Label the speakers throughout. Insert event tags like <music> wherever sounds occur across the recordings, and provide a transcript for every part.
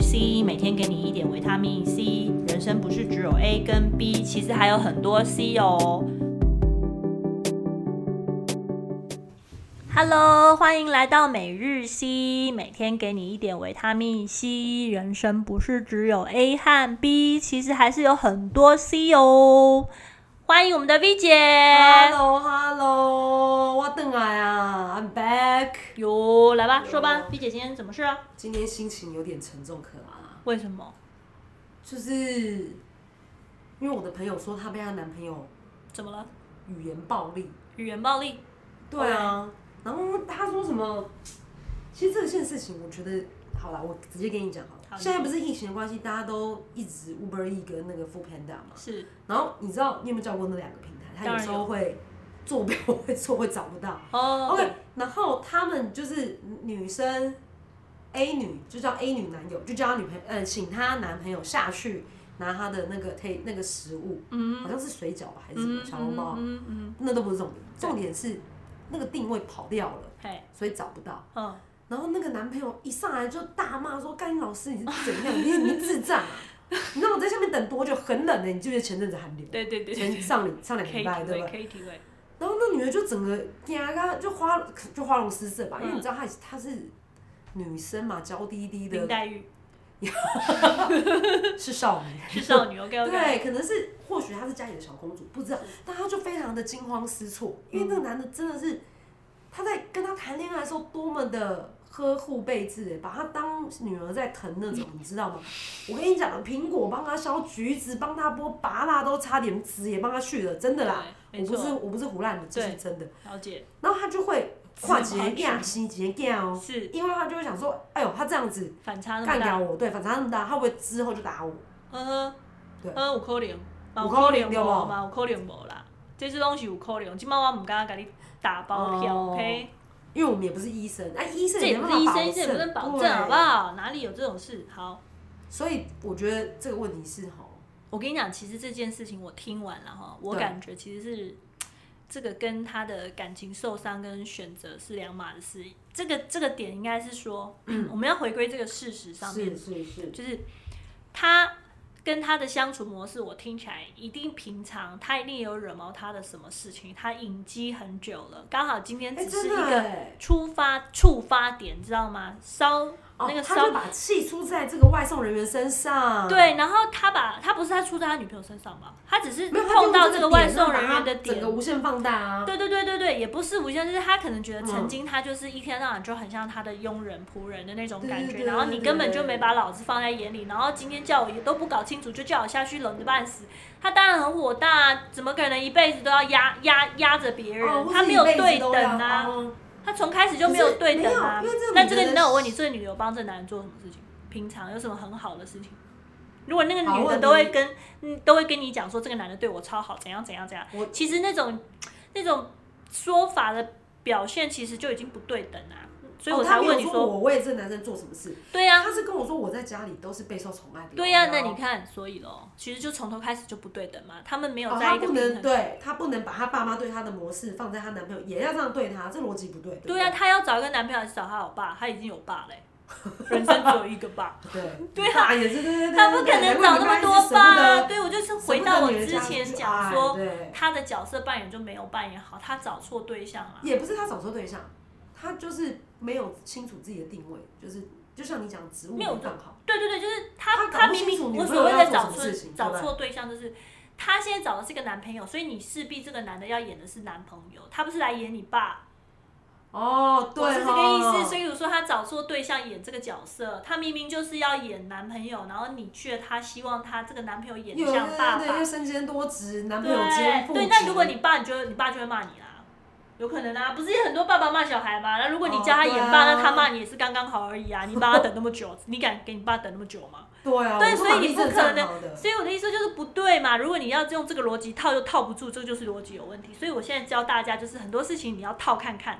Speaker 1: C，每天给你一点维他命 C。人生不是只有 A 跟 B，其实还有很多 C 哦。Hello，欢迎来到每日 C，每天给你一点维他命 C。人生不是只有 A 和 B，其实还是有很多 C 哦。欢迎我们的 V 姐。
Speaker 2: Hello Hello，我等来啊，I'm back。
Speaker 1: 哟，来吧，说吧，V 姐今天怎么事啊？
Speaker 2: 今天心情有点沉重，可啊，
Speaker 1: 为什么？
Speaker 2: 就是因为我的朋友说她被她男朋友
Speaker 1: 怎么了？
Speaker 2: 语言暴力。
Speaker 1: 语言暴力？
Speaker 2: 对啊，然后她说什么？其实这件事情，我觉得好啦，我直接跟你讲好了。
Speaker 1: 好
Speaker 2: 现在不是疫情的关系，大家都一直 Uber E 跟那个 Food Panda 嘛。
Speaker 1: 是
Speaker 2: 然后你知道你有没有叫过那两个平台？它
Speaker 1: 当
Speaker 2: 有
Speaker 1: 然
Speaker 2: 时候
Speaker 1: 有
Speaker 2: 会坐标会错，会找不到。
Speaker 1: 哦
Speaker 2: OK，然后他们就是女生 A 女就叫 A 女男友，就叫她女朋友，呃，请她男朋友下去拿她的那个 t 那个食物，
Speaker 1: 嗯
Speaker 2: 好像是水饺吧还是什么
Speaker 1: 嗯
Speaker 2: 小笼包，
Speaker 1: 嗯嗯，
Speaker 2: 那都不是重点，重点是那个定位跑掉了，
Speaker 1: 嘿，
Speaker 2: 所以找不到。
Speaker 1: 嗯，
Speaker 2: 然后那个男朋友一上来就大骂说：“甘老师你是
Speaker 1: <laughs>
Speaker 2: 怎样？你你智障啊！你让我在下面等多久？很冷的、欸你记不记得前阵子寒流？
Speaker 1: 对对对
Speaker 2: 前上礼上两个礼拜对
Speaker 1: <laughs>
Speaker 2: 吧？
Speaker 1: 可以体会，
Speaker 2: 然后那女的就整个呀嘎就花就花容失色吧，因为
Speaker 1: 嗯
Speaker 2: 你知道她她是女生嘛，娇滴滴
Speaker 1: 林
Speaker 2: <laughs> 的，
Speaker 1: 黛玉
Speaker 2: 是少女。
Speaker 1: 是少女，OK OK，
Speaker 2: <laughs> 对，可能是或许她是家里的小公主，不知道，但她就非常的惊慌失措，因为那个男的真的是，他在跟她谈恋爱的时候多么的呵护备至，哎把她当女儿在疼那种，你
Speaker 1: <laughs>
Speaker 2: 知道吗？我跟你讲，苹果帮她削，橘子帮她剥，拔蜡都差点籽也帮她去了，真的啦，
Speaker 1: 对
Speaker 2: 我
Speaker 1: 没
Speaker 2: 不是
Speaker 1: 错，
Speaker 2: 我不是胡乱的，这是
Speaker 1: 对
Speaker 2: 真的。
Speaker 1: 了解，
Speaker 2: 然后他就会跨哎节干、洗节干哦，
Speaker 1: 是
Speaker 2: 因为他就会想说，哎呦，他这样子
Speaker 1: 反差那
Speaker 2: 干
Speaker 1: 么大，
Speaker 2: 掉我，对，反正他那么大，他会不会之后就打我？
Speaker 1: 嗯哼，
Speaker 2: 对
Speaker 1: 嗯，有可能，嘛
Speaker 2: 有可能
Speaker 1: 无
Speaker 2: 对不
Speaker 1: 嘛有可能无啦，这只东西有可能，今麦我唔敢甲你打包票
Speaker 2: 哦
Speaker 1: ，OK，
Speaker 2: 因为我们也不是医生，哎、医生
Speaker 1: 这也
Speaker 2: 没
Speaker 1: 不
Speaker 2: 办
Speaker 1: 是
Speaker 2: 法
Speaker 1: 医
Speaker 2: 保
Speaker 1: 生，
Speaker 2: 证，
Speaker 1: 这也不能保
Speaker 2: 对
Speaker 1: 证，啊好不？好？哪里有这种事？好。
Speaker 2: 所以我觉得这个问题是吼，
Speaker 1: 我跟你讲，其实这件事情我听完了哈，我
Speaker 2: 对
Speaker 1: 感觉其实是这个跟他的感情受伤跟选择是两码的事。这个这个点应该是说， <clears throat> 我们要回归这个事实上面，
Speaker 2: 是是嗯是，
Speaker 1: 就是他跟他的相处模式，我听起来一定平常他一定有惹毛他的什么事情，他隐积很久了，刚好今天
Speaker 2: 哎、
Speaker 1: 只是
Speaker 2: 真
Speaker 1: 一
Speaker 2: 的
Speaker 1: 个
Speaker 2: 哎、
Speaker 1: 出发触发点，知道吗？烧、那个
Speaker 2: 哦，他
Speaker 1: 烧
Speaker 2: 就把气出在这个外送人员身上，，
Speaker 1: 对，然后他把他不是他出在他女朋友身上吧？他只是
Speaker 2: 没有，他就
Speaker 1: 碰到
Speaker 2: 用
Speaker 1: 这
Speaker 2: 这
Speaker 1: 个
Speaker 2: 个
Speaker 1: 外
Speaker 2: 点
Speaker 1: 送人员的
Speaker 2: 让他整
Speaker 1: 点
Speaker 2: 个。无限放大啊，
Speaker 1: 对对对对对，也不是无限，就是他可能觉得曾
Speaker 2: 嗯
Speaker 1: 经他就是一天到晚就很像他的佣人仆人的那种
Speaker 2: 对
Speaker 1: 感
Speaker 2: 对
Speaker 1: 觉，
Speaker 2: 对
Speaker 1: 然后
Speaker 2: 对
Speaker 1: 你
Speaker 2: 对
Speaker 1: 根本就
Speaker 2: 对
Speaker 1: 没把老子放在眼里，然后今天叫我也都不搞清楚就叫我下去冷的半死，他当然很火大啊，怎么可能一辈子都要压压压着别人？
Speaker 2: 哦，或
Speaker 1: 他
Speaker 2: 是
Speaker 1: 没
Speaker 2: 一
Speaker 1: 有
Speaker 2: 辈子
Speaker 1: 对
Speaker 2: 都
Speaker 1: 等
Speaker 2: 要
Speaker 1: 啊，
Speaker 2: 哦
Speaker 1: 他从开始就
Speaker 2: 可
Speaker 1: 没有
Speaker 2: 是
Speaker 1: 对
Speaker 2: 没
Speaker 1: 等
Speaker 2: 有
Speaker 1: 啊
Speaker 2: 因为这。个
Speaker 1: 但
Speaker 2: 女
Speaker 1: 这
Speaker 2: 的
Speaker 1: 个，
Speaker 2: 的
Speaker 1: 那我问你，这个女的有帮这男人做什么事情？平常有什么很好的事情？如果那个
Speaker 2: 好
Speaker 1: 女的
Speaker 2: 问
Speaker 1: 都会
Speaker 2: 题
Speaker 1: 跟，嗯，都会跟你讲说这个男的对我超好，怎样怎样怎样
Speaker 2: 我，
Speaker 1: 其实那种那种说法的表现，其实就已经不对等啊。所以
Speaker 2: 哦
Speaker 1: 我
Speaker 2: 他
Speaker 1: 才
Speaker 2: 没
Speaker 1: 问
Speaker 2: 有
Speaker 1: 你
Speaker 2: 说
Speaker 1: 说，
Speaker 2: 我为这男生做什么事，
Speaker 1: 对呀、
Speaker 2: 他是哦跟我说我在家里都是备受宠爱的。
Speaker 1: 对呀、啊那你看，所以咯，其实就从头开始就不对等嘛，他们没有
Speaker 2: 哦，
Speaker 1: 在
Speaker 2: 他
Speaker 1: 一个
Speaker 2: 不
Speaker 1: 平衡。
Speaker 2: 能对他不能把他爸妈对他的模式放在他男朋友，也要这样对他，这逻辑不对。
Speaker 1: 对啊呀、
Speaker 2: 不
Speaker 1: 她要找一个男朋友还是找她老爸？她已经有爸嘞、人生只有一个爸。
Speaker 2: 对
Speaker 1: <laughs> 对
Speaker 2: 啊，也是对对对，
Speaker 1: 他不可
Speaker 2: 对
Speaker 1: 能找那么多吧、啊？，对，我就是
Speaker 2: 对
Speaker 1: 回到我之前讲，说，
Speaker 2: 难怪你刚开始舍不得舍不得女人家就去爱
Speaker 1: 他的角色扮演就没有扮演好，他找错对象了、
Speaker 2: 对，也不是他找错对象，他就是没有清楚自己的定位，就是就像你讲植物
Speaker 1: 没有
Speaker 2: 放好，
Speaker 1: 对对对，就是他
Speaker 2: 他搞不
Speaker 1: 明
Speaker 2: 清
Speaker 1: 明
Speaker 2: 楚
Speaker 1: 我
Speaker 2: 女朋
Speaker 1: 所
Speaker 2: 友
Speaker 1: 谓
Speaker 2: 要
Speaker 1: 的
Speaker 2: 做
Speaker 1: 找
Speaker 2: 什么
Speaker 1: 错
Speaker 2: 事情
Speaker 1: 找
Speaker 2: 对吧
Speaker 1: 错对象，就是他现在找的是个男朋友，所以你势必这个男的要演的是男朋友，他不是来演你爸，
Speaker 2: 哦，对
Speaker 1: 我是这个
Speaker 2: 哦
Speaker 1: 意思。所以我说他找错对象演这个角色，他明明就是要演男朋友，然后你却他希望他这个男朋友演
Speaker 2: 有
Speaker 1: 像
Speaker 2: 对
Speaker 1: 爸
Speaker 2: 对
Speaker 1: 爸
Speaker 2: 对，又，身兼多职，男朋友兼
Speaker 1: 对
Speaker 2: 父
Speaker 1: 对，
Speaker 2: 职
Speaker 1: 那如果你爸，你就你爸就会骂你啦，有可能啊，不是很多爸爸骂小孩嘛？那如果你
Speaker 2: 哦
Speaker 1: 叫他演
Speaker 2: 对啊
Speaker 1: 爸，那他骂你也是刚刚好而已啊，你把他等那么久，你敢给你爸等那么久
Speaker 2: <laughs>
Speaker 1: 吗？
Speaker 2: 对啊，
Speaker 1: 对
Speaker 2: 我说
Speaker 1: 所以
Speaker 2: 玛丽
Speaker 1: 你不
Speaker 2: 真的
Speaker 1: 可
Speaker 2: 站
Speaker 1: 能
Speaker 2: 好的
Speaker 1: 所以我的意思就是不对嘛，如果你要用这个逻辑套，又套不住，这个就是逻辑有问题。所以我现在教大家，就是很多事情你要套看看，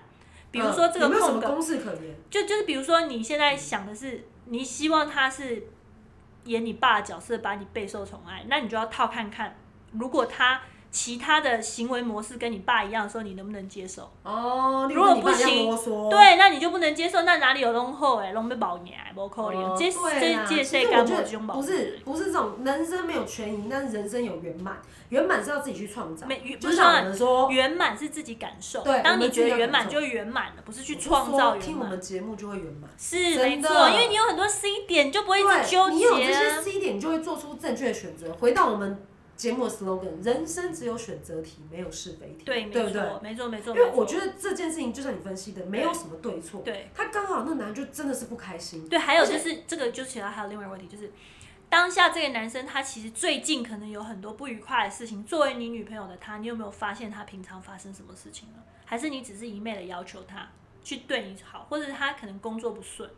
Speaker 1: 比如说这个
Speaker 2: 嗯有没有什
Speaker 1: 空
Speaker 2: 么
Speaker 1: 格，
Speaker 2: 公式可言？
Speaker 1: 就就是比如说你现在想的是，你希望他是演你爸的角色，把你备受宠爱，那你就要套看看，如果他其他的行为模式跟你爸一样的时候，你能不能接受？
Speaker 2: 哦，例
Speaker 1: 如果
Speaker 2: 你
Speaker 1: 不
Speaker 2: 爸一样
Speaker 1: 行
Speaker 2: 啰嗦，
Speaker 1: 对，那你就不能接受，那哪里有弄后哎，弄被保年，不可能，
Speaker 2: 哦
Speaker 1: 这
Speaker 2: 对
Speaker 1: 这
Speaker 2: 啦
Speaker 1: 这
Speaker 2: 其实
Speaker 1: 世
Speaker 2: 我
Speaker 1: 干
Speaker 2: 觉
Speaker 1: 无
Speaker 2: 得
Speaker 1: 这种保
Speaker 2: 不是不是这种人生没有全赢，但是人生有圆满，圆满是要自己去创造。
Speaker 1: 没不
Speaker 2: 就是
Speaker 1: 说
Speaker 2: 像我们说，
Speaker 1: 圆满是啊自己感受，
Speaker 2: 对
Speaker 1: 当
Speaker 2: 我
Speaker 1: 你
Speaker 2: 们自己
Speaker 1: 觉得
Speaker 2: 要
Speaker 1: 圆
Speaker 2: 感
Speaker 1: 满
Speaker 2: 受
Speaker 1: 就圆满了，不是去
Speaker 2: 我就
Speaker 1: 创
Speaker 2: 说
Speaker 1: 造圆
Speaker 2: 听我
Speaker 1: 满
Speaker 2: 们。节目就会圆满。
Speaker 1: 是
Speaker 2: 真
Speaker 1: 没
Speaker 2: 的
Speaker 1: 错，因为你有很多 C 点，就不会一直纠
Speaker 2: 对，你有这
Speaker 1: 结
Speaker 2: 些
Speaker 1: 啊。
Speaker 2: C 点，你就会做出正确的选择。回到我们节目的 slogan：人生只有选择题，没有是非题，
Speaker 1: 对，没
Speaker 2: 对不对？
Speaker 1: 错，没错，没错。
Speaker 2: 因为我
Speaker 1: 没错
Speaker 2: 觉得这件事情，就像你分析的，没有什么对错。
Speaker 1: 对
Speaker 2: 他刚好那男就真的是不开心，
Speaker 1: 对，还有
Speaker 2: 而
Speaker 1: 就
Speaker 2: 且
Speaker 1: 是这个，就其他还有另外一个问题，就是当下这个男生他其实最近可能有很多不愉快的事情。作为你女朋友的他，你有没有发现他平常发生什么事情了？还是你只是一昧的要求他去对你好，或者他可能工作不顺，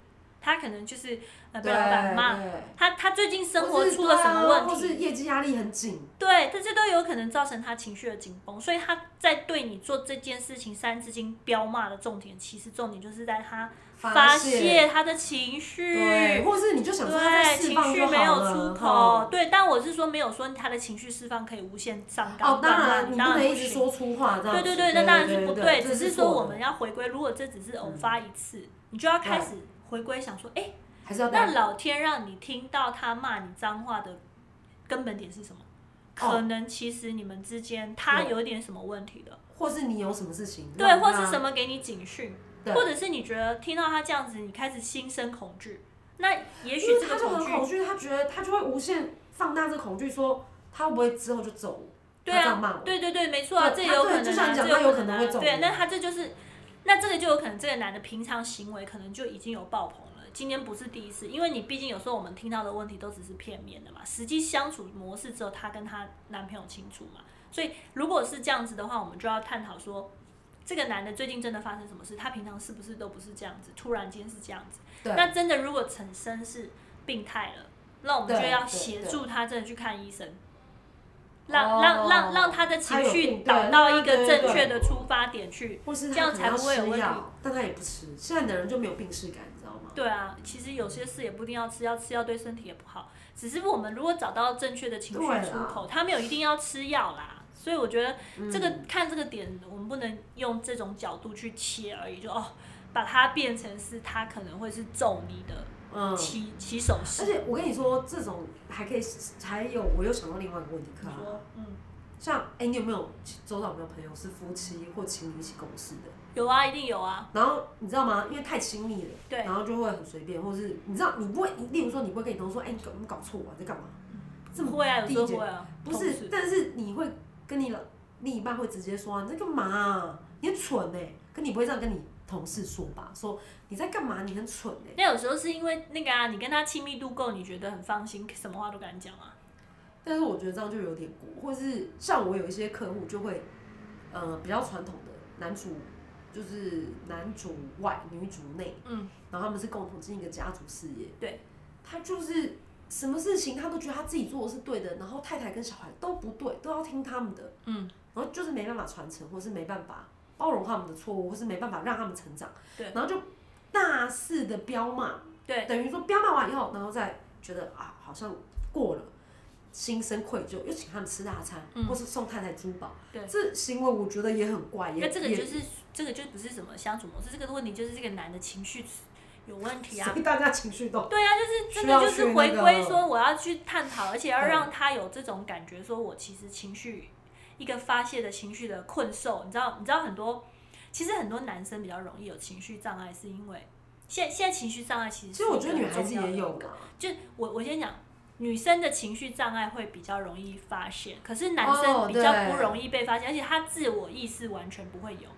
Speaker 1: 他可能就是呃被
Speaker 2: 对
Speaker 1: 老板骂，
Speaker 2: 对
Speaker 1: 他他最近生
Speaker 2: 或
Speaker 1: 活
Speaker 2: 是
Speaker 1: 出了什么问
Speaker 2: 对啊或
Speaker 1: 题？
Speaker 2: 是业绩压力很紧，
Speaker 1: 对，这些都有可能造成他情绪的紧绷，所以他在对你做这件事情三字经彪骂的重点，其实重点就是在他发泄他的情绪，
Speaker 2: 对，或是你就想说他在
Speaker 1: 对，
Speaker 2: 释
Speaker 1: 情
Speaker 2: 放
Speaker 1: 绪
Speaker 2: 就
Speaker 1: 没有
Speaker 2: 好了哦
Speaker 1: 出口
Speaker 2: 吼，
Speaker 1: 对，但我是说没有说他的情绪释放可以无限上纲，
Speaker 2: 哦，当然你不
Speaker 1: 当
Speaker 2: 能
Speaker 1: 然
Speaker 2: 一直说粗话，这
Speaker 1: 对
Speaker 2: 样子
Speaker 1: 对
Speaker 2: 对
Speaker 1: 对，那当然是不
Speaker 2: 对，
Speaker 1: 只
Speaker 2: 这
Speaker 1: 是
Speaker 2: 是
Speaker 1: 说
Speaker 2: 错
Speaker 1: 我
Speaker 2: 的嗯
Speaker 1: 们要回归，如果这只是偶发一次，你就要开始回归想说，哎，
Speaker 2: 还是要
Speaker 1: 那
Speaker 2: 带
Speaker 1: 老天让你听到他骂你脏话的根本点是什么？
Speaker 2: 哦
Speaker 1: 可能其实你们之间他有点什么问题的，
Speaker 2: 或是你有什么事情，
Speaker 1: 对，
Speaker 2: 让
Speaker 1: 或
Speaker 2: 他
Speaker 1: 是什么给你警讯，
Speaker 2: 对
Speaker 1: 或者是你觉得听到他这样子，你开始心生恐惧，那也许
Speaker 2: 因为
Speaker 1: 这
Speaker 2: 他
Speaker 1: 个
Speaker 2: 就很恐
Speaker 1: 惧，
Speaker 2: 惧，他觉得他就会无限放大这恐惧，说他会不会之后就走，
Speaker 1: 对
Speaker 2: 他这样
Speaker 1: 啊，
Speaker 2: 骂我，
Speaker 1: 对对对，没错啊，这
Speaker 2: 对他
Speaker 1: 有可能、啊，
Speaker 2: 对就像你讲
Speaker 1: 这
Speaker 2: 他
Speaker 1: 有
Speaker 2: 有可能会
Speaker 1: 啊
Speaker 2: 中
Speaker 1: 对，
Speaker 2: 毒
Speaker 1: 那他这就是，那这个就有可能这个男的平常行为可能就已经有爆棚了。今天不是第一次，因为你毕竟有时候我们听到的问题都只是片面的嘛，实际相处模式只有她跟她男朋友清楚嘛。所以如果是这样子的话，我们就要探讨说，这个男的最近真的发生什么事？他平常是不是都不是这样子？突然间是这样子？
Speaker 2: 对
Speaker 1: 那真的如果产生是病态了，那我们就
Speaker 2: 对
Speaker 1: 要
Speaker 2: 对
Speaker 1: 协
Speaker 2: 对
Speaker 1: 助他真的去看医生。
Speaker 2: 哦
Speaker 1: 让让让让他的情绪导到一个正确的出发点去。
Speaker 2: 或是
Speaker 1: 这样
Speaker 2: 他可
Speaker 1: 才
Speaker 2: 能要
Speaker 1: 不会有
Speaker 2: 吃
Speaker 1: 问题
Speaker 2: 药，但他也不吃，现在的人就没有病视感，你知道吗？
Speaker 1: 对啊，其实有些事也不一定要吃药，吃药对身体也不好。只是我们如果找到正确的情绪
Speaker 2: 对啦啊
Speaker 1: 出口，他没有一定要吃药啦。所以我觉得
Speaker 2: 嗯
Speaker 1: 这个、看这个点，我们不能用这种角度去切而已，就哦，把它变成是他可能会是揍你的 <laughs>
Speaker 2: 嗯，
Speaker 1: 起起手
Speaker 2: 而
Speaker 1: 式。
Speaker 2: 且我跟你说，这种还可以，还有我又想到另外一个问题，可
Speaker 1: 你
Speaker 2: 啊
Speaker 1: 说，嗯，
Speaker 2: 像哎、你有没有周到有没有朋友是夫妻或情侣一起共事的？
Speaker 1: 有啊，一定有啊，
Speaker 2: 然后你知道吗？因为太亲密了，
Speaker 1: 对
Speaker 2: 然后就会很随便，或是你知道你不会，例如说你不会跟你同事说，哎、你搞你搞错啊，你在干嘛？这么
Speaker 1: 会啊，有时
Speaker 2: 低
Speaker 1: 候
Speaker 2: 阶
Speaker 1: 会啊，
Speaker 2: 不
Speaker 1: 同
Speaker 2: 是
Speaker 1: 事，
Speaker 2: 但是你会跟你老另一半会直接说、啊、你在干嘛啊、你很蠢哎、可你不会这样跟你同事说吧？说你在干嘛？你很蠢哎、
Speaker 1: 那有时候是因为那个啊，你跟他亲密度够，你觉得很放心，什么话都敢讲啊。
Speaker 2: 但是我觉得这样就有点过，或是像我有一些客户就会，呃，比较传统的男主就是男主外女主内，
Speaker 1: 嗯，
Speaker 2: 然后他们是共同经营一个家族事业，
Speaker 1: 对，
Speaker 2: 他就是什么事情他都觉得他自己做的是对的，然后太太跟小孩都不对，都要听他们的，
Speaker 1: 嗯，
Speaker 2: 然后就是没办法传承，或是没办法包容他们的错误，或是没办法让他们成长，
Speaker 1: 对
Speaker 2: 然后就大肆的彪骂，
Speaker 1: 对，
Speaker 2: 等于说彪骂完以后，然后再觉得啊，好像过了，心生愧疚，又请他们吃大餐，
Speaker 1: 嗯
Speaker 2: 或是送太太珠宝，
Speaker 1: 对
Speaker 2: 这行为我觉得也很怪，啊也
Speaker 1: 那这个
Speaker 2: 也
Speaker 1: 就是这个就不是什么相处模式，这个问题就是这个男的情绪有问题啊
Speaker 2: 所。以大家情绪都
Speaker 1: 对啊，就是真
Speaker 2: 需
Speaker 1: 的
Speaker 2: 要
Speaker 1: 就是
Speaker 2: 去
Speaker 1: 回
Speaker 2: 那个
Speaker 1: 归说我要去探讨，而且要
Speaker 2: 对
Speaker 1: 让他有这种感觉，说我其实情绪一个发泄的情绪的困兽，你知道你知道很多，其实很多男生比较容易有情绪障碍，是因为现现在情绪障碍其实
Speaker 2: 其
Speaker 1: 是
Speaker 2: 实我
Speaker 1: 一
Speaker 2: 觉得
Speaker 1: 个
Speaker 2: 女
Speaker 1: 很
Speaker 2: 孩子
Speaker 1: 重要
Speaker 2: 也
Speaker 1: 的
Speaker 2: 有啦，
Speaker 1: 就我我先讲，女生的情绪障碍会比较容易发现，可是男
Speaker 2: 哦
Speaker 1: 生比较
Speaker 2: 对
Speaker 1: 不容易被发现，而且他自我意识完全不会有。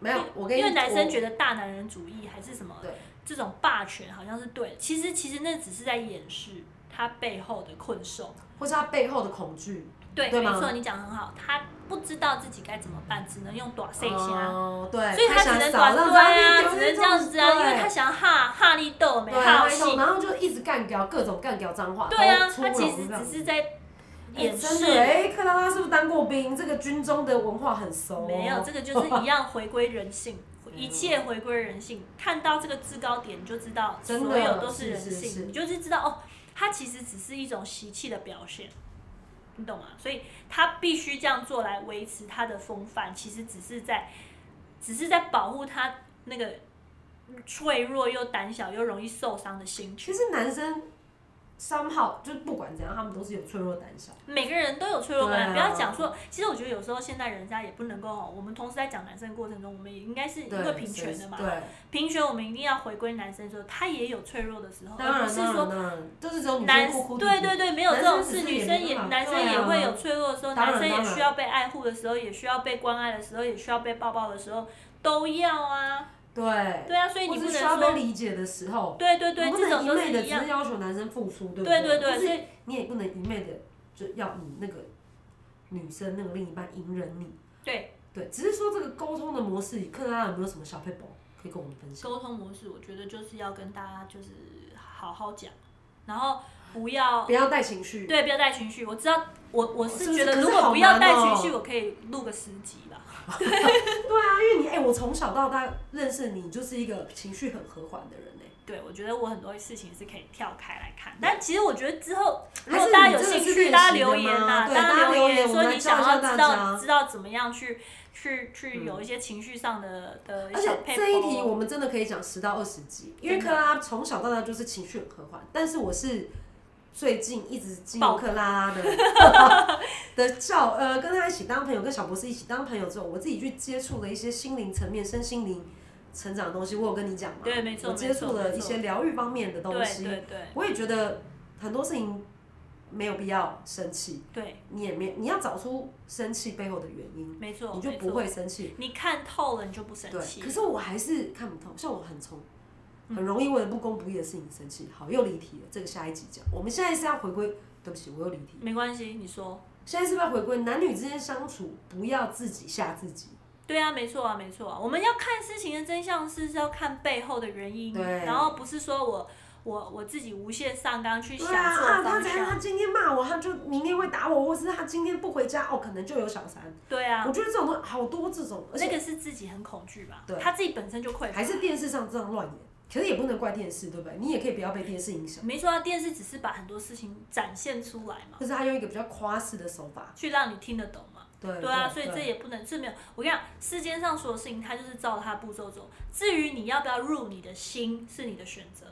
Speaker 2: 没有
Speaker 1: 因为，
Speaker 2: 我跟你
Speaker 1: 因为男生觉
Speaker 2: 得
Speaker 1: 得大男人主义还是什么
Speaker 2: 对
Speaker 1: 这种霸权好像是对的，其实其实那只是在掩饰他背后的困兽。
Speaker 2: 或是他背后的恐惧，
Speaker 1: 对，
Speaker 2: 对
Speaker 1: 没
Speaker 2: 吗
Speaker 1: 错，你讲得很好，他不知道自己该怎么办，只能用短碎虾。
Speaker 2: 哦，对，
Speaker 1: 所以他
Speaker 2: 他
Speaker 1: 只
Speaker 2: 想
Speaker 1: 能
Speaker 2: 少
Speaker 1: 短
Speaker 2: 让
Speaker 1: 对啊，
Speaker 2: 他
Speaker 1: 只能这样子啊，因为他想要哈哈力斗没
Speaker 2: 对
Speaker 1: 哈
Speaker 2: 他
Speaker 1: 气，
Speaker 2: 然后就一直干掉各种干掉脏话，
Speaker 1: 对啊
Speaker 2: 都，粗
Speaker 1: 他其
Speaker 2: 鲁
Speaker 1: 实
Speaker 2: 这样
Speaker 1: 只
Speaker 2: 子
Speaker 1: 是在
Speaker 2: 哎
Speaker 1: 掩
Speaker 2: 真
Speaker 1: 饰
Speaker 2: 的，哎，克拉拉是不是当过兵？这个军中的文化很熟哦。
Speaker 1: 没有，这个就是一样回归人
Speaker 2: <laughs>
Speaker 1: 性，
Speaker 2: 嗯
Speaker 1: 一切回归人性。看到这个制高点，你就知道所
Speaker 2: 真的
Speaker 1: 有都人性，
Speaker 2: 是是是
Speaker 1: 你就是知道哦，它其实只是一种习气的表现。你懂吗？所以他必须这样做来维持他的风范，其实只是在，只是在保护他那个脆弱又胆小又容易受伤的心
Speaker 2: 其
Speaker 1: 群。
Speaker 2: 实男生三号就是不管怎样，他们都是有脆弱胆小。
Speaker 1: 每个人都有脆弱感，不
Speaker 2: 对啊
Speaker 1: 要讲说，其实我觉得有时候现代人家也不能够哦，我们同时在讲男生的过程中，我们也应该是一
Speaker 2: 对
Speaker 1: 个平权的嘛。哦
Speaker 2: 对，
Speaker 1: 平权我们一定要回归男生说，他也有脆弱的时候，
Speaker 2: 当
Speaker 1: 而不
Speaker 2: 然
Speaker 1: 是
Speaker 2: 当然
Speaker 1: 说
Speaker 2: 当然，就是只有女
Speaker 1: 男
Speaker 2: 生哭哭啼啼
Speaker 1: 对对对，没有这种事，
Speaker 2: 男生只是
Speaker 1: 女
Speaker 2: 也
Speaker 1: 生
Speaker 2: 没
Speaker 1: 也
Speaker 2: 办法啊
Speaker 1: 男生也会有脆弱的时候，
Speaker 2: 当然
Speaker 1: 男生也
Speaker 2: 当然
Speaker 1: 需要被爱护的时候，也需要被关爱的时候，也需要被抱抱的时候，都要啊。
Speaker 2: 对，
Speaker 1: 对啊，所以你不
Speaker 2: 或是
Speaker 1: 能
Speaker 2: 需要被
Speaker 1: 说，
Speaker 2: 理解的时候，
Speaker 1: 对对对，
Speaker 2: 你不
Speaker 1: 这
Speaker 2: 能
Speaker 1: 种
Speaker 2: 一
Speaker 1: 都
Speaker 2: 昧
Speaker 1: 是
Speaker 2: 的
Speaker 1: 一
Speaker 2: 只
Speaker 1: 样
Speaker 2: 是。要求男生付出，对不
Speaker 1: 对对
Speaker 2: 或
Speaker 1: 对，
Speaker 2: 是
Speaker 1: 所以
Speaker 2: 你也不能一昧的就要你那个女生那个另一半隐忍你。
Speaker 1: 对
Speaker 2: 对，只是说这个沟通的模式，看大家有没有什么小配宝可以跟我们分享。
Speaker 1: 沟通模式，我觉得就是要跟大家就是好好讲，然后不要
Speaker 2: 不要带情绪，
Speaker 1: 对不要带情绪。我知道，我我
Speaker 2: 是不
Speaker 1: 是
Speaker 2: 是
Speaker 1: 觉
Speaker 2: 可
Speaker 1: 得
Speaker 2: 是
Speaker 1: 如果
Speaker 2: 好
Speaker 1: 不要
Speaker 2: 难
Speaker 1: 带
Speaker 2: 哦
Speaker 1: 情绪，我可以录个十集吧。
Speaker 2: 对啊，因为你哎、我从小到大认识你，你就是一个情绪很和缓的人哎、
Speaker 1: 对，我觉得我很多事情是可以跳开来看，但其实我觉得之后如
Speaker 2: 还
Speaker 1: 果
Speaker 2: 是
Speaker 1: 大家
Speaker 2: 你
Speaker 1: 有
Speaker 2: 真的
Speaker 1: 兴
Speaker 2: 是
Speaker 1: 趣，
Speaker 2: 练
Speaker 1: 大家
Speaker 2: 习
Speaker 1: 留
Speaker 2: 的
Speaker 1: 言
Speaker 2: 吗
Speaker 1: 呐、
Speaker 2: 对
Speaker 1: 大
Speaker 2: 大家留
Speaker 1: 言
Speaker 2: 言我
Speaker 1: 说
Speaker 2: 们
Speaker 1: 你
Speaker 2: 来
Speaker 1: 想
Speaker 2: 教一
Speaker 1: 要
Speaker 2: 下
Speaker 1: 知
Speaker 2: 大
Speaker 1: 道
Speaker 2: 家
Speaker 1: 知道怎么样去去去
Speaker 2: 嗯
Speaker 1: 有一些情绪上的的
Speaker 2: 而
Speaker 1: 小
Speaker 2: 且
Speaker 1: 配
Speaker 2: 这一
Speaker 1: 合
Speaker 2: 题我们真的可以讲十到二十集，因为
Speaker 1: 真
Speaker 2: 克
Speaker 1: 的
Speaker 2: 拉拉从小到大就是情绪很和缓，但是我是最近一直经
Speaker 1: 爆
Speaker 2: 由克拉拉的
Speaker 1: <laughs>
Speaker 2: 的教呃，跟他一起当朋友，跟小博士一起当朋友之后，我自己去接触了一些心灵层面、身心灵成长的东西，我有跟你讲嘛，
Speaker 1: 对没错
Speaker 2: 我接触
Speaker 1: 没错
Speaker 2: 了
Speaker 1: 没
Speaker 2: 一
Speaker 1: 错
Speaker 2: 些疗愈方面的东
Speaker 1: 对
Speaker 2: 西，
Speaker 1: 对对
Speaker 2: 我也觉得很多事情没有必要生气，
Speaker 1: 对，
Speaker 2: 你也没你要找出生气背后的原因，
Speaker 1: 没错，
Speaker 2: 你就
Speaker 1: 没
Speaker 2: 不
Speaker 1: 错
Speaker 2: 会生气。
Speaker 1: 你看透了，你就不生气
Speaker 2: 对，
Speaker 1: 了。嗯
Speaker 2: 可是我还是看不透，像我很冲，很容易为了不公不义的事情生气。好，又离题了，这个下一集讲。我们现在是要回归，对不起，我又离题。
Speaker 1: 没关系，你说
Speaker 2: 现在是不是要回归男女之间相处，不要自己吓自己？
Speaker 1: 对啊，没错啊，没错啊。我们要看事情的真相是是要看背后的原因，
Speaker 2: 对
Speaker 1: 然后不是说我我我自己无限上纲去
Speaker 2: 对
Speaker 1: 想
Speaker 2: 啊
Speaker 1: 错
Speaker 2: 啊，他
Speaker 1: 方
Speaker 2: 怎样？
Speaker 1: 向，
Speaker 2: 他今天骂我，他就明天会打我，或是他今天不回家，哦，可能就有小三。
Speaker 1: 对啊
Speaker 2: 我，觉得这种东西好多这种，而
Speaker 1: 那
Speaker 2: 且
Speaker 1: 个是自己很恐惧吧
Speaker 2: 对，
Speaker 1: 他自己本身就匮乏
Speaker 2: 还。是电视上这样乱演。可是也不能怪电视，对不对？你也可以不要被电视影响，
Speaker 1: 没错啊，电视只是把很多事情展现出来嘛，
Speaker 2: 可是他用一个比较夸饰的手法，
Speaker 1: 去让你听得懂嘛。
Speaker 2: 对
Speaker 1: 对啊，所以这也不能是没有。我跟你讲，世间上所有事情，它就是照它步骤走。至于你要不要入你的心，是你的选择。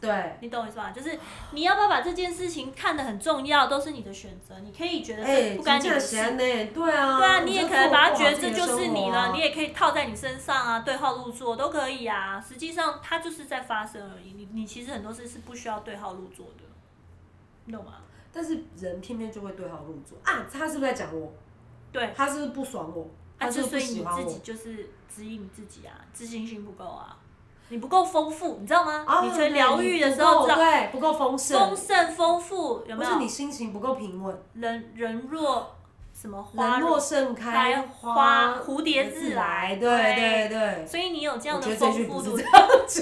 Speaker 2: 对。
Speaker 1: 你懂我意思吧？就是你要不要把这件事情看得很重要，都是你的选择。你可以觉得
Speaker 2: 哎，
Speaker 1: 这不干你的
Speaker 2: 真
Speaker 1: 事，
Speaker 2: 的很闲呢，对啊，
Speaker 1: 对啊，你也可能把它觉得这就是你了，你
Speaker 2: 也
Speaker 1: 也可以套在你身上啊，对号入座都可以啊。实际上它就是在发生而已。你你其实很多事是不需要对号入座的，你懂吗？
Speaker 2: 但是人偏偏就会对号入座啊，他是不是在讲我？
Speaker 1: 对，
Speaker 2: 他是不是不爽我？
Speaker 1: 啊，
Speaker 2: 他是
Speaker 1: 就
Speaker 2: 不
Speaker 1: 所
Speaker 2: 是
Speaker 1: 以
Speaker 2: 不喜
Speaker 1: 你
Speaker 2: 欢
Speaker 1: 自
Speaker 2: 我
Speaker 1: 己？就是指引你自己啊，自信心不够啊，你不够丰富，你知道吗？
Speaker 2: 啊
Speaker 1: 你学
Speaker 2: 对
Speaker 1: 疗愈的
Speaker 2: 不
Speaker 1: 时候
Speaker 2: 够
Speaker 1: 知道
Speaker 2: 对不够丰
Speaker 1: 丰
Speaker 2: 盛，
Speaker 1: 盛丰富有
Speaker 2: 或
Speaker 1: 没
Speaker 2: 是
Speaker 1: 有？
Speaker 2: 你心情不够平稳，
Speaker 1: 人人若什么花
Speaker 2: 人若盛开
Speaker 1: 开花蝴蝶自来，
Speaker 2: 来，对对对，
Speaker 1: 所以你有这样
Speaker 2: 我
Speaker 1: 的
Speaker 2: 觉得这
Speaker 1: 丰
Speaker 2: 句
Speaker 1: 富
Speaker 2: 不
Speaker 1: 度
Speaker 2: 是，这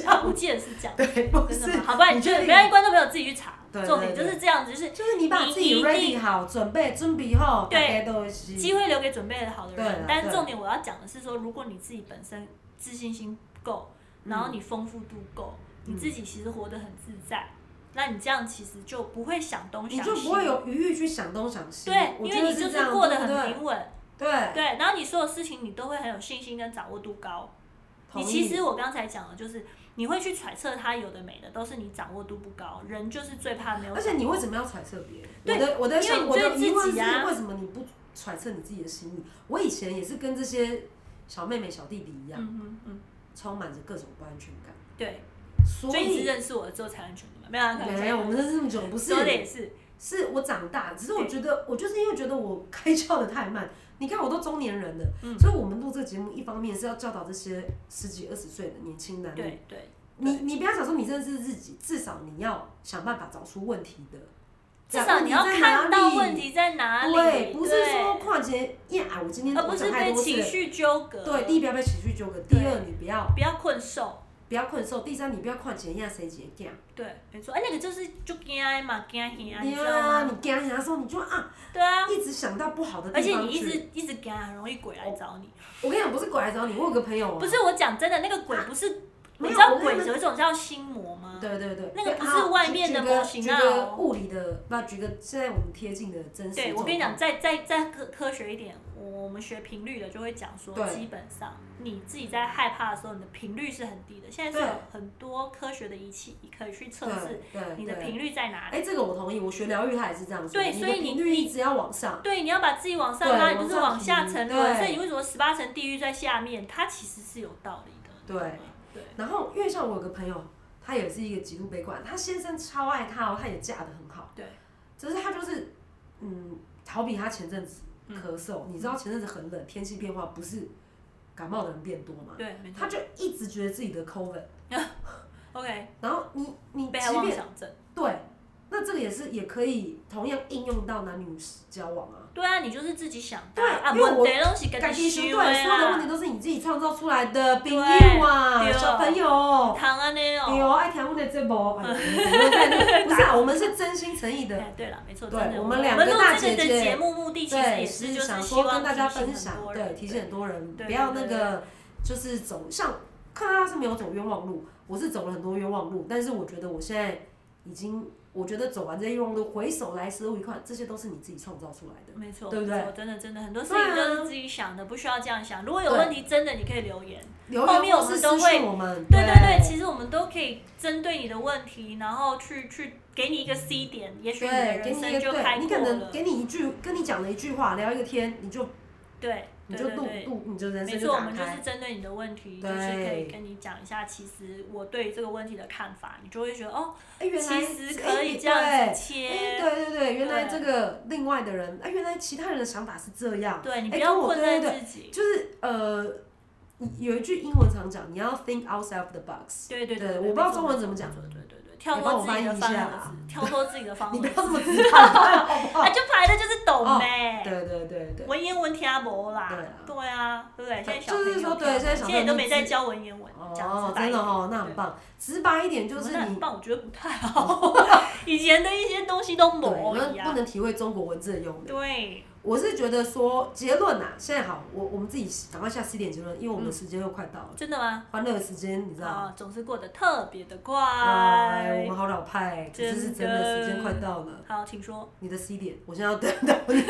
Speaker 2: 样
Speaker 1: 啊
Speaker 2: 讲，
Speaker 1: 我记得是这样，
Speaker 2: 对， <laughs> 不
Speaker 1: 真
Speaker 2: 是
Speaker 1: 的吗？，好，不然你
Speaker 2: 你
Speaker 1: 就
Speaker 2: 确定
Speaker 1: 没关系，观众朋友自己去查。
Speaker 2: 对对
Speaker 1: 重点就
Speaker 2: 对
Speaker 1: 是这样子，就是
Speaker 2: 就是你把
Speaker 1: 你
Speaker 2: 自己
Speaker 1: 一定
Speaker 2: ready 好，准备准备好，
Speaker 1: 对
Speaker 2: 大家都是
Speaker 1: 机会留给准备好的
Speaker 2: 对啊
Speaker 1: 人。但
Speaker 2: 对
Speaker 1: 重点我要讲的是说，如果你自己本身自信心够，然后你丰富度够，
Speaker 2: 嗯
Speaker 1: 你自己其实活得很自在，那你这样其实就不会想东
Speaker 2: 你
Speaker 1: 想
Speaker 2: 就不会
Speaker 1: 西。
Speaker 2: 有余裕去想东想西。
Speaker 1: 对，
Speaker 2: 我
Speaker 1: 因为
Speaker 2: 觉得
Speaker 1: 你就是
Speaker 2: 这样
Speaker 1: 过得
Speaker 2: 对不
Speaker 1: 很
Speaker 2: 对
Speaker 1: 平稳，
Speaker 2: 对，
Speaker 1: 对，然后你所有事情你都会很有信心跟掌握度高。
Speaker 2: 同
Speaker 1: 你
Speaker 2: 意
Speaker 1: 其实我刚才讲的就是，你会去揣测它有的没的，都是你掌握度不高。人就是最怕没有
Speaker 2: 而且你为什么要揣测别人？
Speaker 1: 对
Speaker 2: 我的我的
Speaker 1: 因为
Speaker 2: 想
Speaker 1: 你
Speaker 2: 我的
Speaker 1: 对自
Speaker 2: 疑问是
Speaker 1: 己啊
Speaker 2: 为什么你不揣测你自己的心意？我以前也是跟这些小妹妹小弟弟一样，
Speaker 1: 嗯嗯嗯，
Speaker 2: 充满着各种不安全感，
Speaker 1: 对，
Speaker 2: 所
Speaker 1: 所以你是
Speaker 2: 以
Speaker 1: 认识我之后才安全的嘛？没有啊，开玩笑
Speaker 2: 没有我们认识这么久，不是
Speaker 1: 说的也是，
Speaker 2: 是我长大，只是我
Speaker 1: 对
Speaker 2: 觉得我就是因为觉得我开窍的太慢。你看，我都中年人了，
Speaker 1: 嗯
Speaker 2: 所以我们录这个节目，一方面是要教导这些十几二十岁的年轻男女，
Speaker 1: 对对，
Speaker 2: 你你不要想说你认识自己，至少你要想办法找出问题的，
Speaker 1: 至少你要
Speaker 2: 在哪
Speaker 1: 看到
Speaker 2: 里
Speaker 1: 问题在哪里，
Speaker 2: 对，不是
Speaker 1: 对
Speaker 2: 说跨节厌啊，我今天
Speaker 1: 而不
Speaker 2: 我
Speaker 1: 是
Speaker 2: 讲太
Speaker 1: 被
Speaker 2: 多次
Speaker 1: 情
Speaker 2: 了。
Speaker 1: 绪纠葛，
Speaker 2: 对，第一不要被情绪纠葛，第
Speaker 1: 对
Speaker 2: 二你不要
Speaker 1: 不要困兽，
Speaker 2: 不要困兽，第三你不要跨节厌谁节厌，
Speaker 1: 对，没错，哎，那个就是就惊的嘛，惊吓，你
Speaker 2: 你
Speaker 1: 知道吗？
Speaker 2: 啊你干啥的时候你就啊
Speaker 1: 对啊，
Speaker 2: 一直想到不好的
Speaker 1: 而
Speaker 2: 地
Speaker 1: 且
Speaker 2: 方
Speaker 1: 你一
Speaker 2: 去。
Speaker 1: 直一直惊，很容易鬼来找你。
Speaker 2: 我跟你讲，不是鬼来找你，我有个朋友啊
Speaker 1: 不，是我讲真的，那个鬼不是你
Speaker 2: 没
Speaker 1: 知
Speaker 2: 有
Speaker 1: 道
Speaker 2: 我跟
Speaker 1: 鬼
Speaker 2: 他们
Speaker 1: 有一种叫心魔吗？
Speaker 2: 对对对，
Speaker 1: 那个
Speaker 2: 对
Speaker 1: 不
Speaker 2: 啊
Speaker 1: 是外
Speaker 2: 举
Speaker 1: 面的
Speaker 2: 举个
Speaker 1: 模型
Speaker 2: 举
Speaker 1: 啊
Speaker 2: 个
Speaker 1: 哦
Speaker 2: 物理的，不举个现在我们贴近的真实。
Speaker 1: 对，我跟你讲，，再再再科科学一点，我我们学频率的就会讲说，
Speaker 2: 对
Speaker 1: 基本上你自己在害怕的时候，你的频率是很低的。现在是
Speaker 2: 对
Speaker 1: 有很多科学的仪器，你可以去测
Speaker 2: 对
Speaker 1: 试
Speaker 2: 对
Speaker 1: 你的
Speaker 2: 对
Speaker 1: 频率在哪里。
Speaker 2: 哎，这个我同意，我学疗愈它也是这样子，
Speaker 1: 对
Speaker 2: 你
Speaker 1: 所以
Speaker 2: 的
Speaker 1: 你
Speaker 2: 频率一直要往上，
Speaker 1: 对，你要把自己往上
Speaker 2: 对
Speaker 1: 拉，你不是往
Speaker 2: 往上
Speaker 1: 下
Speaker 2: 提
Speaker 1: 沉沦。
Speaker 2: 对
Speaker 1: 所以你为什么十八层地狱在下面？它其实是有道理的。你
Speaker 2: 对
Speaker 1: 懂吗对，
Speaker 2: 然后因为像我有个朋友，他也是一个极度悲观，他先生超爱他哦，他也嫁得很好，
Speaker 1: 对，
Speaker 2: 只是他就是嗯，好比他前阵子
Speaker 1: 嗯
Speaker 2: 咳嗽，你知道前阵子很冷，天气变化不是感冒的人变多吗？
Speaker 1: 对，没错
Speaker 2: 他。就一直觉得自己得 COVID，
Speaker 1: OK，
Speaker 2: 然后你你
Speaker 1: 被害
Speaker 2: 即
Speaker 1: 妄
Speaker 2: 便
Speaker 1: 想症。
Speaker 2: 对，那这个也是也可以同样应用到男女交往啊。
Speaker 1: 对啊，你就是自己想的
Speaker 2: 对
Speaker 1: 啊，
Speaker 2: 因为
Speaker 1: 问
Speaker 2: 我
Speaker 1: 题东西跟
Speaker 2: 感
Speaker 1: 你
Speaker 2: 情修对，
Speaker 1: 修啊
Speaker 2: 所有的问
Speaker 1: 啦
Speaker 2: 题，都是你自己创造出来的，朋
Speaker 1: 对
Speaker 2: 友啊，
Speaker 1: 对哦
Speaker 2: 小朋友，
Speaker 1: 糖啊那
Speaker 2: 对
Speaker 1: 种。
Speaker 2: 哦，爱听我们的节目，哎我们在录不是啊，我们是真心诚意的，
Speaker 1: 哎，对了，没错，
Speaker 2: 对
Speaker 1: 真的，
Speaker 2: 我
Speaker 1: 们
Speaker 2: 们两
Speaker 1: 们
Speaker 2: 个
Speaker 1: 录
Speaker 2: 大
Speaker 1: 这个
Speaker 2: 姐
Speaker 1: 的
Speaker 2: 姐
Speaker 1: 节目目的其实
Speaker 2: 对，
Speaker 1: 也是就是
Speaker 2: 想
Speaker 1: 希
Speaker 2: 说
Speaker 1: 望
Speaker 2: 跟大家
Speaker 1: 提醒
Speaker 2: 分
Speaker 1: 很
Speaker 2: 享，
Speaker 1: 多
Speaker 2: 对，
Speaker 1: 人
Speaker 2: 提醒很多人
Speaker 1: 对
Speaker 2: 不要
Speaker 1: 对
Speaker 2: 那
Speaker 1: 对
Speaker 2: 个就是走像看他是没有走冤枉路，我是走了很多冤枉路，但是我觉得我现在已经，我觉得走完这些冤枉路，回首来时路一看，这些都是你自己创造出来的。
Speaker 1: 没错，
Speaker 2: 对不对
Speaker 1: 没错真的真的很多事
Speaker 2: 对
Speaker 1: 情
Speaker 2: 啊
Speaker 1: 都是自己想的，不需要这样想。如果有
Speaker 2: 对
Speaker 1: 问题，真的你可以留言。
Speaker 2: 留
Speaker 1: 后面
Speaker 2: 言
Speaker 1: 我
Speaker 2: 或
Speaker 1: 们
Speaker 2: 是
Speaker 1: 都
Speaker 2: 私
Speaker 1: 会
Speaker 2: 讯我们，
Speaker 1: 对对对，其实我们都可以针对你的问题，然后去去给你一个 C 点，也许你的
Speaker 2: 对，给
Speaker 1: 人
Speaker 2: 你一
Speaker 1: 生就
Speaker 2: 个
Speaker 1: 开
Speaker 2: 对，你
Speaker 1: 阔
Speaker 2: 可能
Speaker 1: 了。
Speaker 2: 给你一句，跟你讲了一句话，聊一个天，你就
Speaker 1: 对
Speaker 2: 你
Speaker 1: 对
Speaker 2: 就
Speaker 1: 对
Speaker 2: 度
Speaker 1: 对。
Speaker 2: 度，你就人
Speaker 1: 没
Speaker 2: 生
Speaker 1: 错，
Speaker 2: 就
Speaker 1: 我
Speaker 2: 打
Speaker 1: 们就
Speaker 2: 开
Speaker 1: 是。针对你的问题，就
Speaker 2: 对
Speaker 1: 是可以跟你讲一下，其实我对这个问题的看法，你就会觉得哦，
Speaker 2: 哎，原来
Speaker 1: 其实
Speaker 2: 是
Speaker 1: 可
Speaker 2: 哎
Speaker 1: 以
Speaker 2: 你
Speaker 1: 这样子嗯
Speaker 2: 对
Speaker 1: 切
Speaker 2: 哎，，对对对，原来
Speaker 1: 对
Speaker 2: 这个另外的人，哎，原来其他人的想法是这样。
Speaker 1: 对你不
Speaker 2: 哎
Speaker 1: 要
Speaker 2: 跟我
Speaker 1: 困
Speaker 2: 对
Speaker 1: 在
Speaker 2: 对对
Speaker 1: 自己。
Speaker 2: 就是呃，有一句英文常讲，你要 think outside of the box。
Speaker 1: 对对
Speaker 2: 对
Speaker 1: 对，
Speaker 2: 我不知道中文怎么讲
Speaker 1: 对对对对，跳
Speaker 2: 你帮
Speaker 1: 脱
Speaker 2: 我
Speaker 1: 自己的
Speaker 2: 翻
Speaker 1: 方
Speaker 2: 译一下
Speaker 1: 格子，跳脱自己的方
Speaker 2: <laughs> 你
Speaker 1: 格子
Speaker 2: 不要，这么直白，好不
Speaker 1: 啊， <laughs>
Speaker 2: 好？
Speaker 1: 就排的就是懂
Speaker 2: 哦
Speaker 1: 呗。
Speaker 2: 对对对对，
Speaker 1: 文言文听无啦
Speaker 2: 对啊，
Speaker 1: 对啊，对不对？现在小
Speaker 2: 就是
Speaker 1: 朋友
Speaker 2: 说对
Speaker 1: 听不懂
Speaker 2: 现在小
Speaker 1: 现在
Speaker 2: 朋友
Speaker 1: 都没
Speaker 2: 就
Speaker 1: 在
Speaker 2: 是
Speaker 1: 教文言文，讲
Speaker 2: 哦
Speaker 1: 直，白一
Speaker 2: 真的
Speaker 1: 点
Speaker 2: 哦，那很。棒。直白一点
Speaker 1: 对
Speaker 2: 就
Speaker 1: 我
Speaker 2: 是
Speaker 1: 那很
Speaker 2: 你，哦
Speaker 1: 棒，我觉得不太好。 <laughs> 以前的一些东西都
Speaker 2: 对，我
Speaker 1: 模
Speaker 2: 们
Speaker 1: 一
Speaker 2: 不
Speaker 1: 样。
Speaker 2: 能体会中国文字的优美。
Speaker 1: 对，
Speaker 2: 我是觉得说结论呐，现在好，我我们自己赶快下十点结论，因为我
Speaker 1: 嗯
Speaker 2: 们的时间又快到了，
Speaker 1: 真的吗？
Speaker 2: 欢乐的时间你知道吗？
Speaker 1: 啊，总是过得特别的
Speaker 2: 哎，我
Speaker 1: 快
Speaker 2: 们。好老派，可是是真
Speaker 1: 真的
Speaker 2: 的时间快到了，
Speaker 1: 好，请说，
Speaker 2: 你的 C 点，我现在要 <laughs> 等到你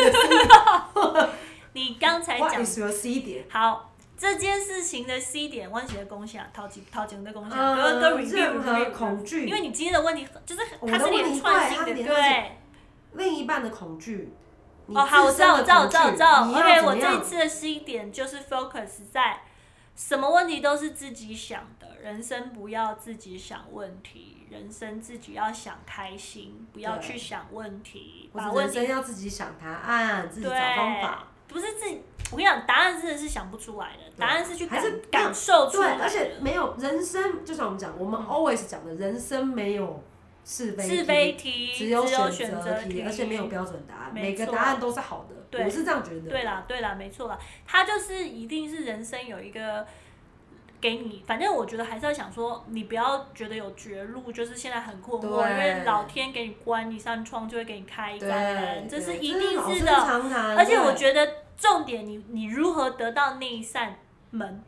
Speaker 1: 你刚才讲
Speaker 2: What is your C 点？
Speaker 1: 好这件事情的 C 点，我写的贡献，陶吉陶吉的贡献，都
Speaker 2: 呃
Speaker 1: 都 review
Speaker 2: 任何
Speaker 1: review，
Speaker 2: 恐惧
Speaker 1: 因为你今天的问题很就是
Speaker 2: 我
Speaker 1: 它
Speaker 2: 的
Speaker 1: 是
Speaker 2: 问
Speaker 1: 连
Speaker 2: 题
Speaker 1: 串
Speaker 2: 对
Speaker 1: 性
Speaker 2: 它
Speaker 1: 的，
Speaker 2: 连串性
Speaker 1: 对。
Speaker 2: 另一半的恐惧。你
Speaker 1: 哦，好，我
Speaker 2: 自
Speaker 1: 知道，
Speaker 2: 身
Speaker 1: 我
Speaker 2: 的
Speaker 1: 知道，我
Speaker 2: 恐
Speaker 1: 知道，我
Speaker 2: 惧
Speaker 1: 知道。
Speaker 2: 你
Speaker 1: OK，
Speaker 2: 要
Speaker 1: 我
Speaker 2: 怎么
Speaker 1: 这一
Speaker 2: 样？
Speaker 1: 次的 C 点就是 focus 在什么问题都是自己想的，人生不要自己想问题，人生自己要想开心，不要
Speaker 2: 对
Speaker 1: 去想问题，
Speaker 2: 我
Speaker 1: 把
Speaker 2: 是
Speaker 1: 问
Speaker 2: 人生
Speaker 1: 题
Speaker 2: 要自己想答案，自己
Speaker 1: 对
Speaker 2: 找方法。，
Speaker 1: 不是自己。我跟你讲，答案真的是想不出来的，答案是去
Speaker 2: 还
Speaker 1: 感
Speaker 2: 是
Speaker 1: 感受出
Speaker 2: 对，
Speaker 1: 来的，
Speaker 2: 而且没有人生，就像我们讲，我们 always 讲的，人生没有是
Speaker 1: 嗯
Speaker 2: 非
Speaker 1: 是
Speaker 2: 题，
Speaker 1: 非题
Speaker 2: 只有
Speaker 1: 选
Speaker 2: 选
Speaker 1: 择
Speaker 2: 择题，而且没有标准答案，
Speaker 1: 没
Speaker 2: 每个
Speaker 1: 错
Speaker 2: 答案都是好
Speaker 1: 对
Speaker 2: 的。我是这样觉得。
Speaker 1: 对啦，对啦，没错啦，他就是一定是人生有一个给你，反正我觉得还是要想说，你不要觉得有绝路，就是现在很困惑，
Speaker 2: 对
Speaker 1: 因为老天给你关一扇窗，就会给你开一
Speaker 2: 对，
Speaker 1: 扇门，这
Speaker 2: 对
Speaker 1: 是一
Speaker 2: 这
Speaker 1: 定
Speaker 2: 老
Speaker 1: 是
Speaker 2: 生
Speaker 1: 的。
Speaker 2: 常谈
Speaker 1: 而且
Speaker 2: 对
Speaker 1: 我觉得重点你，你如何得到那一扇门，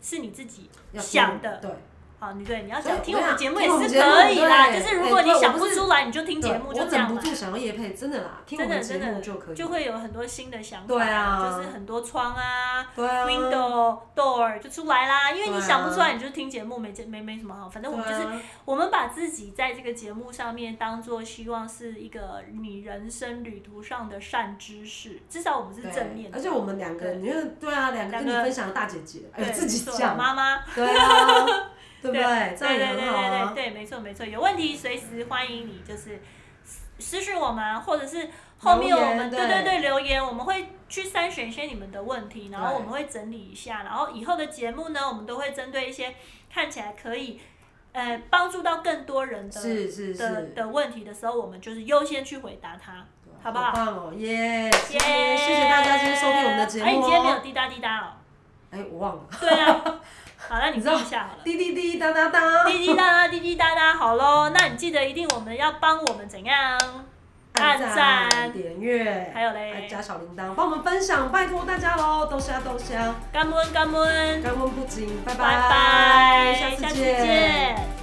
Speaker 1: 是你自己
Speaker 2: 要
Speaker 1: 想
Speaker 2: 听
Speaker 1: 的
Speaker 2: 对，
Speaker 1: 啊，你对，你要
Speaker 2: 所以
Speaker 1: 想听我
Speaker 2: 我
Speaker 1: 们
Speaker 2: 想
Speaker 1: 节目也
Speaker 2: 听我们
Speaker 1: 是
Speaker 2: 节目
Speaker 1: 可以啦，就
Speaker 2: 对
Speaker 1: 是如
Speaker 2: 对
Speaker 1: 果你
Speaker 2: 对我
Speaker 1: 想
Speaker 2: 不
Speaker 1: 不
Speaker 2: 是
Speaker 1: 出来，你就听节
Speaker 2: 对
Speaker 1: 目，
Speaker 2: 我
Speaker 1: 就这
Speaker 2: 忍
Speaker 1: 样
Speaker 2: 不
Speaker 1: 啦。
Speaker 2: 住想要夜配，真的啦，听我
Speaker 1: 真的
Speaker 2: 们节
Speaker 1: 真的
Speaker 2: 目就可以，
Speaker 1: 就会有很多新的想法，
Speaker 2: 对啊
Speaker 1: 就是很多窗啊，
Speaker 2: 对啊
Speaker 1: window door 就出来啦，因为你
Speaker 2: 对啊
Speaker 1: 想不出来，你就听节目没见没没什么好，反正我们就是、
Speaker 2: 对啊
Speaker 1: 我们把自己在这个节目上面当做希望是一个你人生旅途上的善知识，至少我们是
Speaker 2: 对
Speaker 1: 正面的，
Speaker 2: 而且我们两个，你觉得对啊，两个
Speaker 1: 两
Speaker 2: 跟
Speaker 1: 个
Speaker 2: 你分享的大姐姐，哎
Speaker 1: 对，
Speaker 2: 自己
Speaker 1: 没错
Speaker 2: 讲，
Speaker 1: 妈妈。
Speaker 2: 对啊，对不
Speaker 1: 对
Speaker 2: 对？这样
Speaker 1: 对
Speaker 2: 也
Speaker 1: 对对
Speaker 2: 很好
Speaker 1: 对对
Speaker 2: 啊。
Speaker 1: 对，没错没错，有问题随时欢迎你，就是私私讯我们啊，或者是后面
Speaker 2: 留
Speaker 1: 我
Speaker 2: 言
Speaker 1: 们
Speaker 2: 对
Speaker 1: 对对对留言，我们会去筛选一些你们的问题，然后
Speaker 2: 对
Speaker 1: 我们会整理一下，然后以后的节目呢，我们都会针对一些看起来可以呃帮助到更多人的
Speaker 2: 是是
Speaker 1: 的
Speaker 2: 是，
Speaker 1: 的问题的时候，我们就是优先去回答它，好不好？
Speaker 2: 好棒哦，耶！
Speaker 1: 耶
Speaker 2: 谢谢谢谢大家今天收听我们的节
Speaker 1: 哎，你
Speaker 2: 目
Speaker 1: 今天没有
Speaker 2: 哦。
Speaker 1: 滴答滴答哦？
Speaker 2: 哎，我忘了，
Speaker 1: 对
Speaker 2: <laughs>
Speaker 1: 啊，好，那你
Speaker 2: 你知
Speaker 1: 记
Speaker 2: 道
Speaker 1: 一下好了。
Speaker 2: 滴滴滴哒哒哒，
Speaker 1: 滴滴答答，滴滴答答，好喽。那你记得一定我们要帮我们怎样？按赞
Speaker 2: 点阅，
Speaker 1: 还有嘞
Speaker 2: 加小铃铛，帮我们分享，拜托大家喽！豆虾豆虾，
Speaker 1: 干温干温，
Speaker 2: 干问不精，拜
Speaker 1: 拜拜，
Speaker 2: 下
Speaker 1: 下
Speaker 2: 次
Speaker 1: 次
Speaker 2: 见。
Speaker 1: 见。